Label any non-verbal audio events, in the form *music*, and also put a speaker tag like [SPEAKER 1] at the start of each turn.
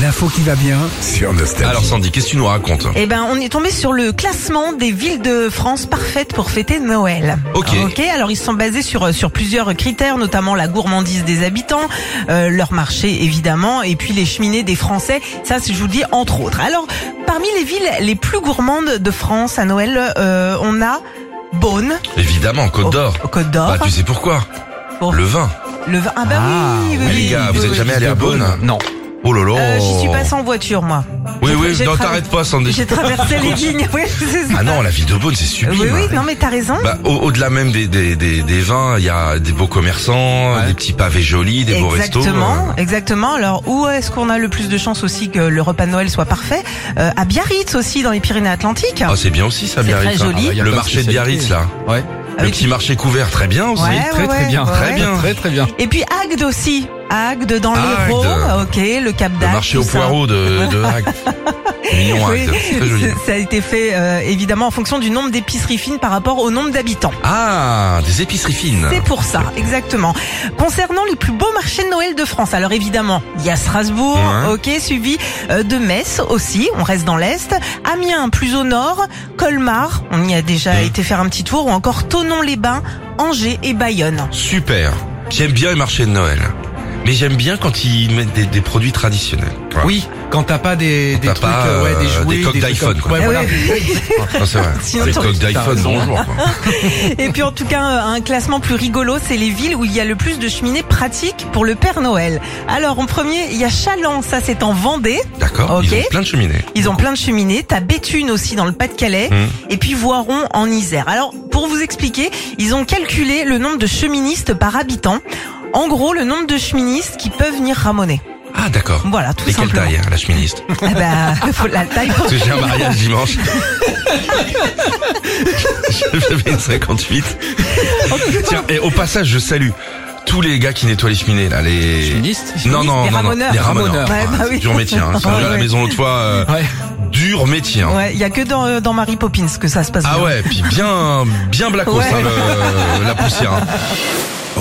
[SPEAKER 1] L'info qui va bien.
[SPEAKER 2] Sur Nostalgie.
[SPEAKER 3] Alors Sandy, qu'est-ce que tu nous racontes
[SPEAKER 4] Eh ben, on est tombé sur le classement des villes de France parfaites pour fêter Noël.
[SPEAKER 3] Ok.
[SPEAKER 4] Ok. Alors ils sont basés sur euh, sur plusieurs critères, notamment la gourmandise des habitants, euh, leur marché évidemment, et puis les cheminées des Français. Ça, c'est- je vous le dis entre autres. Alors, parmi les villes les plus gourmandes de France à Noël, euh, on a Beaune,
[SPEAKER 3] Évidemment, Côte d'Or.
[SPEAKER 4] au- au Côte d'Or,
[SPEAKER 3] Bah, tu sais pourquoi
[SPEAKER 4] Oh. Pour-
[SPEAKER 3] Le vin.
[SPEAKER 4] le vin. Ah bah
[SPEAKER 1] Ah,
[SPEAKER 4] oui, oui,
[SPEAKER 3] Mais les
[SPEAKER 4] oui,
[SPEAKER 3] gars,
[SPEAKER 4] oui,
[SPEAKER 3] vous êtes
[SPEAKER 4] oui.
[SPEAKER 3] jamais allé à Beaune
[SPEAKER 1] Non.
[SPEAKER 3] Oh lolo.
[SPEAKER 4] Euh, J'y suis passé en voiture moi.
[SPEAKER 3] Oui,
[SPEAKER 4] J'ai-
[SPEAKER 3] oui,
[SPEAKER 4] j'ai
[SPEAKER 3] non,
[SPEAKER 4] tra-
[SPEAKER 3] t'arrêtes pas, Sandy.
[SPEAKER 4] J'ai
[SPEAKER 3] *laughs*
[SPEAKER 4] traversé les vignes. Oui, *laughs* c'est ça.
[SPEAKER 3] Ah non, la ville de Beaune, c'est sublime.
[SPEAKER 4] oui, oui, non mais t'as raison.
[SPEAKER 3] Bah, au- au-delà même des, des, des, des vins, il y a des beaux commerçants,
[SPEAKER 1] Ouais.
[SPEAKER 3] des petits pavés jolis, des beaux restos.
[SPEAKER 4] Exactement,
[SPEAKER 3] euh.
[SPEAKER 4] exactement. Alors où est-ce qu'on a le plus de chance aussi que le repas de Noël soit parfait Euh, À Biarritz aussi, dans les Pyrénées-Atlantiques.
[SPEAKER 3] Ah, c'est bien aussi ça,
[SPEAKER 4] C'est
[SPEAKER 3] Biarritz.
[SPEAKER 4] très
[SPEAKER 3] hein.
[SPEAKER 4] joli.
[SPEAKER 1] Ah bah, y a plein
[SPEAKER 3] le
[SPEAKER 1] de
[SPEAKER 3] marché de
[SPEAKER 1] spécialités.
[SPEAKER 3] Biarritz, là.
[SPEAKER 1] Ouais.
[SPEAKER 3] Le
[SPEAKER 4] Avec-
[SPEAKER 3] petit marché couvert, très bien aussi.
[SPEAKER 4] Ah Ouais,
[SPEAKER 1] très, très bien.
[SPEAKER 3] Très bien.
[SPEAKER 1] Très très bien.
[SPEAKER 4] Et puis Agde aussi, Agde dans
[SPEAKER 3] Agde.
[SPEAKER 4] l'Hérault, ok, le Cap
[SPEAKER 3] Le
[SPEAKER 4] d'Agde.
[SPEAKER 3] marché
[SPEAKER 4] bah, tout
[SPEAKER 3] aux
[SPEAKER 4] ça.
[SPEAKER 3] poireaux de,
[SPEAKER 4] *laughs*
[SPEAKER 3] de Agde. Mignon
[SPEAKER 4] Oui,
[SPEAKER 3] Agde, c'est très joli.
[SPEAKER 4] *laughs* c'est- ça a été fait euh, évidemment en fonction du nombre d'épiceries fines par rapport au nombre d'habitants.
[SPEAKER 3] Ah, des épiceries fines.
[SPEAKER 4] C'est pour ça, exactement. Concernant les plus beaux marchés de Noël de France, alors évidemment, il y a Strasbourg,
[SPEAKER 3] Ouais.
[SPEAKER 4] ok, suivi euh, de Metz aussi, on reste dans l'Est, Amiens plus au nord, Colmar, on y a déjà
[SPEAKER 3] Ouais.
[SPEAKER 4] été faire un petit tour, ou encore Tonon-les-Bains, Angers
[SPEAKER 3] *laughs*
[SPEAKER 4] et Bayonne.
[SPEAKER 3] Super. J'aime bien les marchés de Noël. Mais j'aime bien quand ils mettent des, des produits traditionnels. Voilà.
[SPEAKER 1] Oui, quand t'as pas des, des
[SPEAKER 3] t'as
[SPEAKER 1] trucs,
[SPEAKER 3] pas,
[SPEAKER 1] euh, ouais, des
[SPEAKER 3] euh,
[SPEAKER 1] jouets,
[SPEAKER 3] des coques
[SPEAKER 1] trucs
[SPEAKER 3] d'iPhone,
[SPEAKER 1] comme-
[SPEAKER 3] quoi.
[SPEAKER 1] Ouais,
[SPEAKER 4] Ah
[SPEAKER 1] voilà.
[SPEAKER 3] Non,
[SPEAKER 4] *laughs*
[SPEAKER 3] c'est vrai.
[SPEAKER 4] Sinon,
[SPEAKER 3] les
[SPEAKER 4] t'aurais-
[SPEAKER 3] coques
[SPEAKER 1] t'as
[SPEAKER 3] d'iPhone,
[SPEAKER 1] raison.
[SPEAKER 3] bonjour. quoi.
[SPEAKER 4] Et puis en tout cas, euh, un classement plus rigolo, c'est les villes où il y a le plus de cheminées pratiques pour le Père Noël. Alors en premier, il y a Châlons, ça c'est en Vendée.
[SPEAKER 3] D'accord.
[SPEAKER 4] Ok.
[SPEAKER 3] Ils ont plein de cheminées.
[SPEAKER 4] Ils ont plein de cheminées. T'as Béthune aussi dans le Pas-de-Calais.
[SPEAKER 3] Hmm.
[SPEAKER 4] Et puis Voiron en Isère. Alors, pour vous expliquer, ils ont calculé le nombre de cheministes par habitant. En gros, le nombre de cheministes qui peuvent venir ramonner.
[SPEAKER 3] Ah, d'accord.
[SPEAKER 4] Voilà, tout
[SPEAKER 3] Et quelle
[SPEAKER 4] simplement.
[SPEAKER 3] taille, hein, la cheministe
[SPEAKER 4] *laughs* Ah bah, faut
[SPEAKER 3] *laughs*
[SPEAKER 4] la taille pour-
[SPEAKER 3] Parce que j'ai un mariage dimanche.
[SPEAKER 4] *laughs*
[SPEAKER 3] *laughs* je fais une 58.
[SPEAKER 4] Oh,
[SPEAKER 3] Tiens, et au passage, je salue tous les gars qui nettoient les cheminées, là, les...
[SPEAKER 1] Chimiste
[SPEAKER 3] Non,
[SPEAKER 4] Chimiste,
[SPEAKER 3] non,
[SPEAKER 4] les
[SPEAKER 3] non, non,
[SPEAKER 4] ramoneurs.
[SPEAKER 3] les ramoneurs.
[SPEAKER 4] Ramoneurs. Ouais, bah
[SPEAKER 3] Ah,
[SPEAKER 4] oui.
[SPEAKER 3] Dur métier, hein. C'est
[SPEAKER 4] Ouais,
[SPEAKER 3] à la
[SPEAKER 4] ouais.
[SPEAKER 3] maison l'autre fois, euh,
[SPEAKER 1] Ouais.
[SPEAKER 3] dur métier, hein.
[SPEAKER 4] Ouais, il y a que dans, euh, dans Marie Poppins que ça se passe
[SPEAKER 3] Ah
[SPEAKER 4] bien.
[SPEAKER 3] ouais, puis bien, bien blacos,
[SPEAKER 4] Ouais.
[SPEAKER 3] hein, le- la poussière. hein.